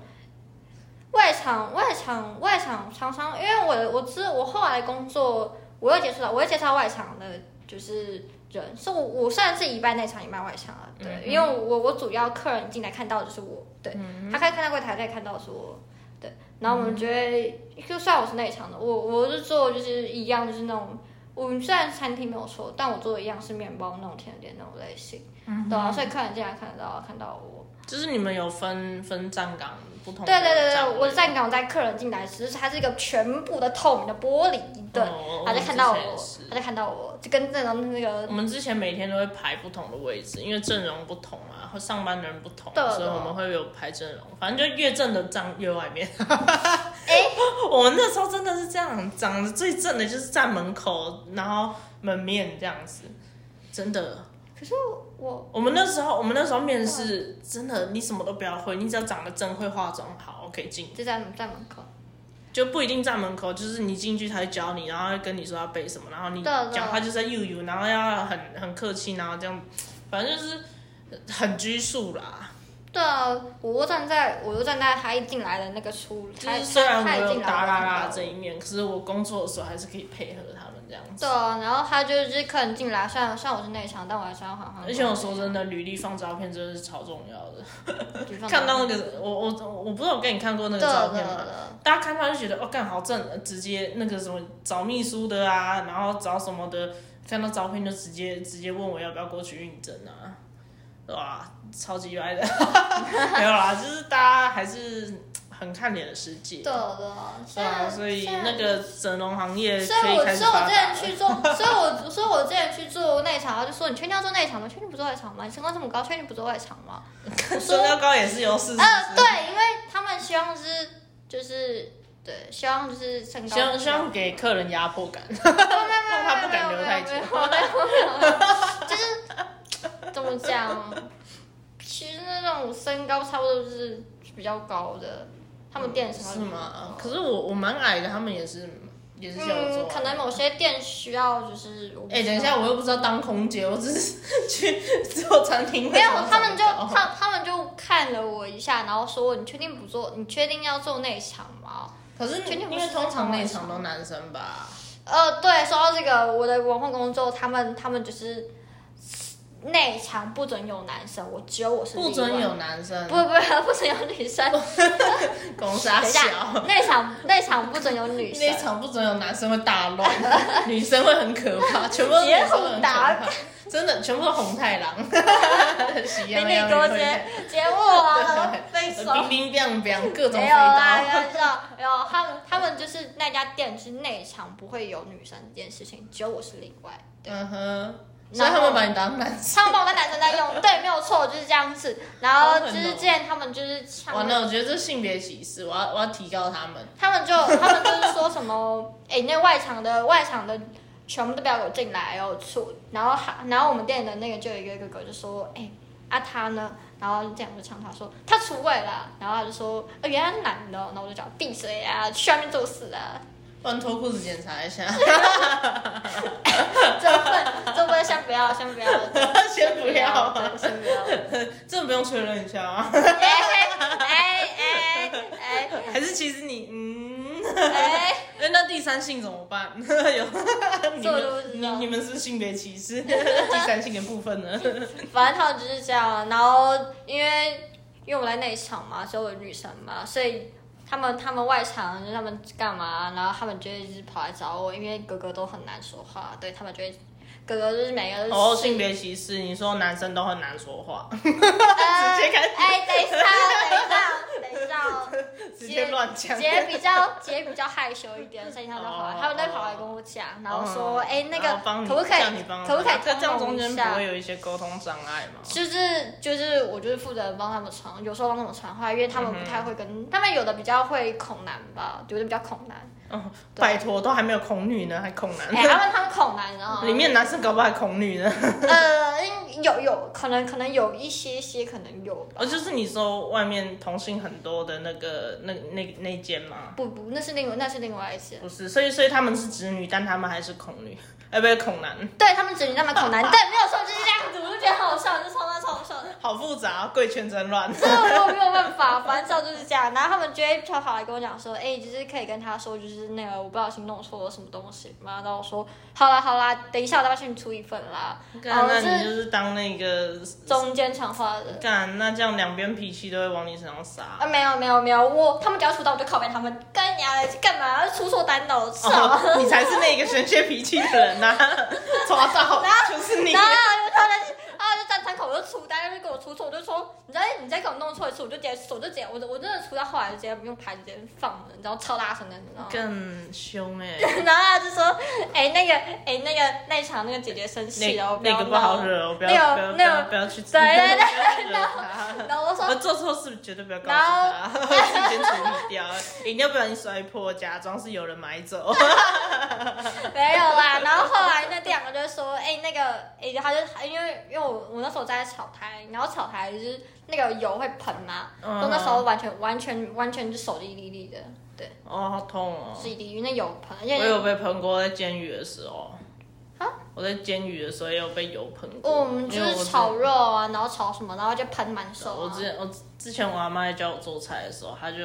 外场外场外场常常，因为我我知我后来工作，我又接触到，我又接触到外场的，就是人，是我我虽然是一半内场一半外场啊，对，
嗯哼
因为我我主要客人进来看到的就是我，对，他看看到柜台再看到是我。对，然后我们就会，就算我是内场的，我我是做就是一样，就是那种我们虽然餐厅没有错，但我做的一样是面包那种甜点那种类型，对啊，所以客人进来看得到看到我，
就是你们有分分站岗不同的
对
站
对
位。
对对，我站岗在客人进来时，它是一个全部的透明的玻璃，对，
哦
他就看到
我们
我
之前也是，
他就看到我，就跟那种那个
我们之前每天都会排不同的位置，因为阵容不同啊，和上班的人不同，
对啊
所以
对
我们会有排阵容。反正就越正的站越外面。
哎
我们那时候真的是这样，长得最正的就是站门口，然后门面这样子，真的。
我
我们那时候，我们那时候面
啊
试，真的你什么都不要会，你只要长得正，会化妆好，OK 进。
就在在门口，
就不一定站门口，就是你进去他会教你，然后会跟你说要背什么，然后你
对啊对
讲话就是在悠悠，然后要很很客气，然后这样，反正就是很拘束啦。
对啊，我就站在我就站在他一进来的那个出，
就
他
是虽然
他
我
一
有
进来
达啦啦
我就看到
这一面，可是我工作的时候还是可以配合他们这样子
对。啊，然后他就是客人进来，虽然虽然我是内场，但我还是要缓缓。
而且我说真的，履历放照片真的是超重要的。
举放
看到那
对
个，我我我不是有跟你看过那
对啊
个照片吗？
对，
大家看到就觉得哦，干好正，呃直接那个什么找秘书的啊，然后找什么的，看到照片就直接直接问我要不要过去应征啊，对吧？超级歪的， 没有啦，就是大家还是很看脸的世界，
对对，
对啊，所以那个整容行业
所以
可
我，
以开始
所以我
发
之
展
前
了。
去做，所以我，所以我之前去做内场，他就说你确定要做内场吗？确定不做外场吗？你身高这么高，确定不做外场吗？
身高高也是优势，是不
呃，
是？
对，因为他们希望是就是对，希望就是身高，
希望希望给客人压迫感，
没
让
有
他不敢留太久
没。有没有没有没有没有，就是怎么讲？其实那种身高差不多就是比较高的，他们店什么
嗯是吗？可是我我蛮矮的，他们也是也是叫我做啊。
嗯，可能某些店需要就是，我不
哎、
知
等一
道
下，我又不知道当空姐，我只是去做餐厅。
没有， 他们就
哦
他他们就看了我一下，然后说：“你确定不做？你确定要做内场吗
可是
全
你
天不
因为
是
通常
在
内
外
场都男生吧，？”
呃，对，说到这个，我的文化工作，他们他们就是内场不准有男生，我只有我是
不
例
准
外
有男生，
不不不准有女 生，
攻杀
等一
小
下，。内场内场不准有女生
那一，场不准有男生会大乱，女生会很可怕，全部都是女
直接
生会很
红
可
打
怕，真的全部都红太 狼，喜
比
羊
你
羊
多
也会
接接 我啊，分手。
冰呃冰冰冰各种
没
飞
有啊啦，
刀，
没有啦没有，他们他们就是那家店是内场不会有女生这件事情，只有我是例外。
嗯哼，所
然
以
后
他们把你当男生。
他们把我当男生在用，对，没有错，就是这样子。然
好
后
狠哦
就是之前他们就是他
完
们
了，我觉得这性别歧视，我要我要提高他们。
他们就他们就是说什么， 哎、那外场的外场的全部都不要给我进来哦，出。然后还然后我们店的那个就有一个哥哥就说，哎、啊他呢？然后这样就呛他说他出位了，然后他就说，呃、原来是男的哦，然后我就讲闭嘴啊，去外面做事啊，
不然脱裤子检查一下，
这份这份先不要，先不要，
先不要
对先不要，
真的不用确认一下啊？
哎哎哎哎
还是其实你嗯，
哎
哎，那第三性怎么办？ 有你
做都不
们
知
你
道
你们是性别歧 视？第三性的部分呢？
反正他们就是这样。然后因为因为我们在内场嘛，所以我女生嘛，所以他们他们外场就是他们干嘛，然后他们就会一直跑来找我，因为哥哥都很难说话，对他们就会哥哥就是每个都是
哦，性别歧视，你说男生都很难说话，
呃
直接开始
哎，等一下，等一下，等一下，
直接乱讲。
姐比较姐比较害羞一点，所以他们都跑来，
哦
他们都跑来跟我讲，然后说，哎、那
嗯然后帮
个
你
可不可以
叫你帮，忙
可不可以
在这样
通
中
融一
间
下
不会有一些沟通障碍吗？
就是就是我就是负责帮他们传，有时候帮他们传话，因为他们不太会跟，他们有的比较会恐男吧，有的比较恐 男，
哦，
对
拜托，都还没有恐女呢，还恐
哎、
男。
他们他们恐男，然 后
里面男生搞不好还恐女呢。
呃有有可能可能有一些些可能有吧，
哦，就是你说外面同性很多的那个那那那间吗？
不不那是另那是另外一些，
不是，所以所以他们是直女，但他们还是恐女，哎，不是恐男，
对他们只能他们恐 男，对没有错就是这 样子，我就觉得好笑，就超那超好笑的。
好复杂、哦，贵圈真乱。
真的没有没有办法，反正照就是这样。然后他们就会跳跑来跟我讲说，哎、就是可以跟他说，就是那个我不小心弄错了什么东西嘛。然后我说，好啦好啦，等一下我再帮你出一份啦。然
干，
后
那 你
是
就是当那个
中间传话的。
干，那这样两边脾气都会往你身上撒。
啊，没有没有没有，我他们只要出到我就拷贝他们，干你啊，干嘛出错单的，我操！
哦，你才是那个宣泄脾气的人呐、抓到就是你
然。后他们就然后就站窗口，我就出单，他就给我出错，我就说，你再你再给我弄错一次，我就直接手就直接，我我真的出到后来就直接不用盘直接放了，你知道超大声的，你知道吗？
更凶哎、
然后他就说：“哎、那个，哎、那个那一场那个姐姐生气
那
哦，
那个不好惹哦，不要不要
那个
不
那
要
个
不要去，
对对
对，不要惹他。
然后我
我
说
做错事绝对不要告诉他，瞬间处理掉，一定要不小心摔破，假装是有人买走。
没有啦。然后后来那两个就说：哎、那个，哎、他就因为因为我我那时候在炒台，然后炒台就是那个油会喷嘛，
嗯
我那时候完全完全完全就手一粒粒的，对，
哦，好痛哦！
是一粒粒那油喷，而
我
且
有被喷过，在监狱的时候。我在监狱的时候也有被油喷过。
啊哦我们就
因为我
是
之
炒肉啊，然后炒什么，然后就喷满手、
我
啊
之。前我之前我阿妈在教我做菜的时候，她就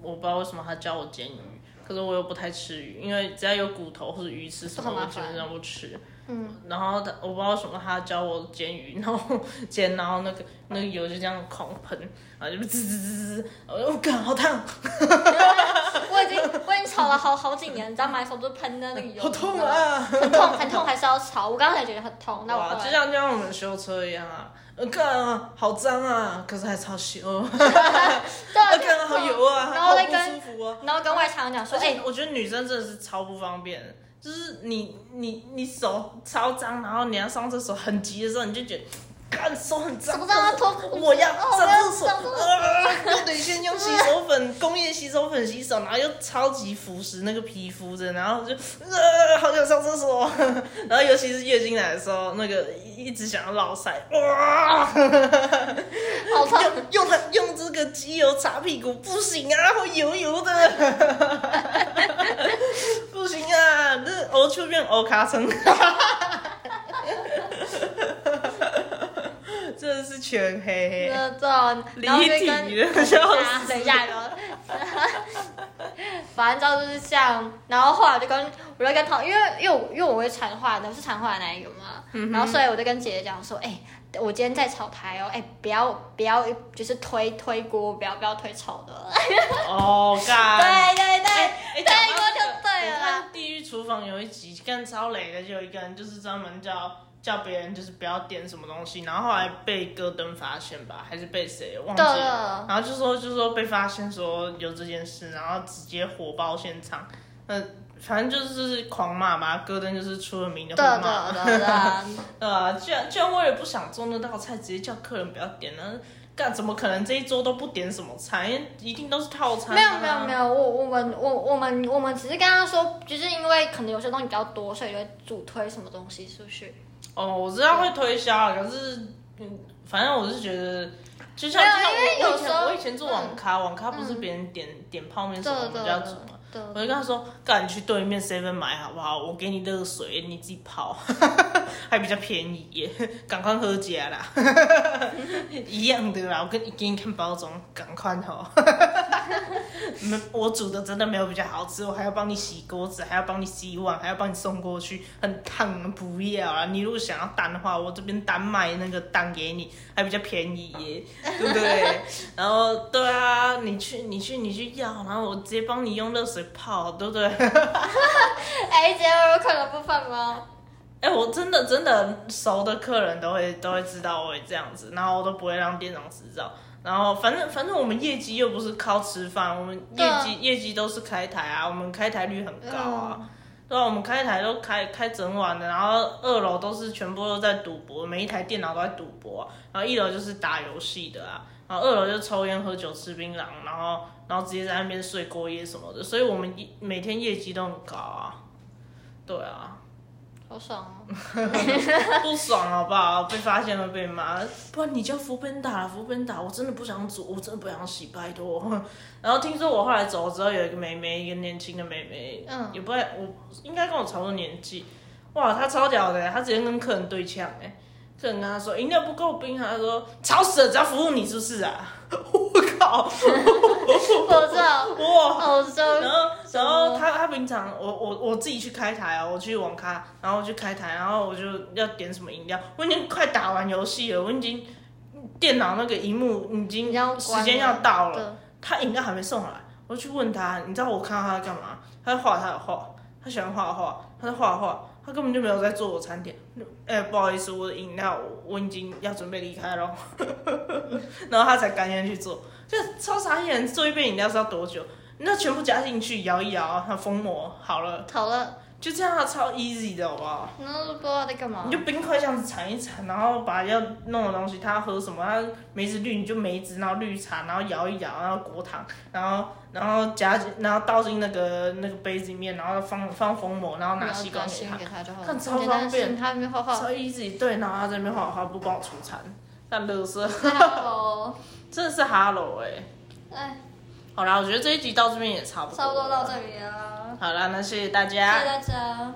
我不知道为什么她教我煎鱼，可是我又不太吃鱼，因为只要有骨头或者鱼刺什么，
都很
我
麻
基
烦
本上不吃。
嗯，
然后她我不知道为什么她教我煎鱼，然后 煎，然后那个那个油就这样狂喷，然后就滋滋滋滋滋，我就我干好烫，
我已经我已经炒了好好几年，你知道满手都喷的那个油，
好痛啊！
很痛，很痛，还是要吵。我刚才觉得很痛，那我
哇，
后
就
来
像就像我们修车一样啊，呃干啊，好脏啊，可是还超修，
对啊
呃 干啊，好油啊，
然后
好
再
不
跟哎
舒服啊。
然后跟外场人讲说，
而
哎
且，我觉得女生真的是超不方便的，就是你你你手超脏，然后你要上厕所很急的时候，你就觉得，干手很
怎
脏，
么让他脱裤子？
我要
哦
上厕
我
所，
要上厕 所
啊又得先 用洗手粉，工业洗手粉洗手，然后又超级腐蚀那个皮肤的，然后就，呃，好想上厕所， 然后尤其是月经来的时候，那个一一直想要落塞，哇，
好痛。
用用它用这个机油擦屁股不行啊，会油油的， 不行啊，这呕出变呕卡层， 真的是全黑黑。
那这样，
离
然后就
体
跟
了，笑
啊，
死！
等一下，然后，反正就是这样。然后后来就跟我
嗯
就跟同，因为因为我因为我会传话的，我是传话的那一个嘛。然后所以我就跟姐姐讲说，哎、我今天在炒台哦，哎、不要不要，就是推推锅，不要不要推炒的。
哦，干。
对对对，
哎
推
讲到
锅
这个
就对
我
了
看
啦。
《地狱厨房》有一集干超雷的，就有一个人就是专门叫叫别人就是不要点什么东西，然后后来被戈登发现吧，还是被谁忘记
对
了
了，
然后就说就说被发现说有这件事，然后直接火爆现场，呃，反正就是狂骂嘛，戈登就是出了名的
对
会骂嘛，
对对对。
对啊，居然居然为了不想做那道菜，直接叫客人不要点呢、干怎么可能这一桌都不点什么菜？因为一定都是套餐、啊。
没有没有没有，我我们我我们我们只是跟他说，就是因为可能有些东西比较多，所以就会主推什么东西出去。
哦，我知道会推销啊，可是嗯，反正我是觉得，就像
没有
就像
因
我
为
我以
有时
前
候
我以前做网咖，网咖不是别人点、点泡面什
对
么，我们
对
就要煮嘛。
对
我就跟他说，干你去对面 seven 买好不好？我给你热水，你自己泡， 还比较便宜耶， 赶快喝家啦， 一样的啦。我跟你给你看包装，赶快吼。 没，我煮的真的没有比较好吃，我还要帮你洗锅子，还要帮你洗碗，还要帮你送过去，很烫，不要啊！你如果想要单的话，我这边单卖那个单给你，还比较便宜耶，对不对？然后对啊，你去你去你去要，然后我直接帮你用热水泡，对不对？
哎，姐，我有可能不放吗？
哎、我真的真的熟的客人都会都会知道我会这样子，然后我都不会让店长知道。然后反正反正我们业绩又不是靠吃饭，我们
对
业
啊
绩业绩都是开台啊，我们开台率很高啊。
嗯
对啊，我们开台都开开整晚的，然后二楼都是全部都在赌博，每一台电脑都在赌博啊、然后一楼就是打游戏的啊，然后二楼就抽烟喝酒吃槟榔，然后然后直接在那边睡过夜什么的，所以我们一每天业绩都很高啊，对啊，
好爽 哦！
不爽好不好？被发现了被骂，不然你叫福本打了，福本打，我真的不想煮，我真的不想洗，拜托。 然后听说我后来走了之后，有一个妹妹，一个年轻的妹妹，
嗯
也不太，我应该跟我差不多年纪，哇，她超屌的，她直接跟客人对呛哎。客人跟她说饮料不够冰，她说吵死了，只要服务你是不是啊？ 我靠，
我知道，
哇！
我知道
然后，然后他他平常我我我自己去开台啊，我去网咖，然后去开台，然后我就要点什么饮料，我已经快打完游戏了，我已经电脑那个荧幕已经
你要
时间要到了，
了。
他饮料还没送来，我就去问他，你知道我看到他在干嘛？他在画他的画，他喜欢画画，他在画画，他根本就没有在做我餐点。哎、不好意思，我的饮料我我已经要准备离开了， 然后他才甘愿去做，就超傻眼，做一杯饮料是要多久？那全部加进去摇一摇，它封膜好了，
对好了，
就这样，它超 easy 的，好不好？
那都不知道在干嘛
你。就冰块这样子铲一铲，然后把要弄的东西，他要喝什么，他梅子绿你就梅子，然后绿茶，然后摇一摇，然后果糖，然后然后加进，然后倒进那个那个杯子里面，然后放放封膜，然后拿吸管给
信
他，
给他就好了。
看超
简单
方便
信他那边画画
超。easy。对，然后他在那边画画，不帮我出餐，但乐 色
Hello，
真的是 hello 哎、
哎，
好啦，我觉得这一集到这边也差不多，
差不多到这。里了，
好啦，那谢谢大
谢
家，
谢大家。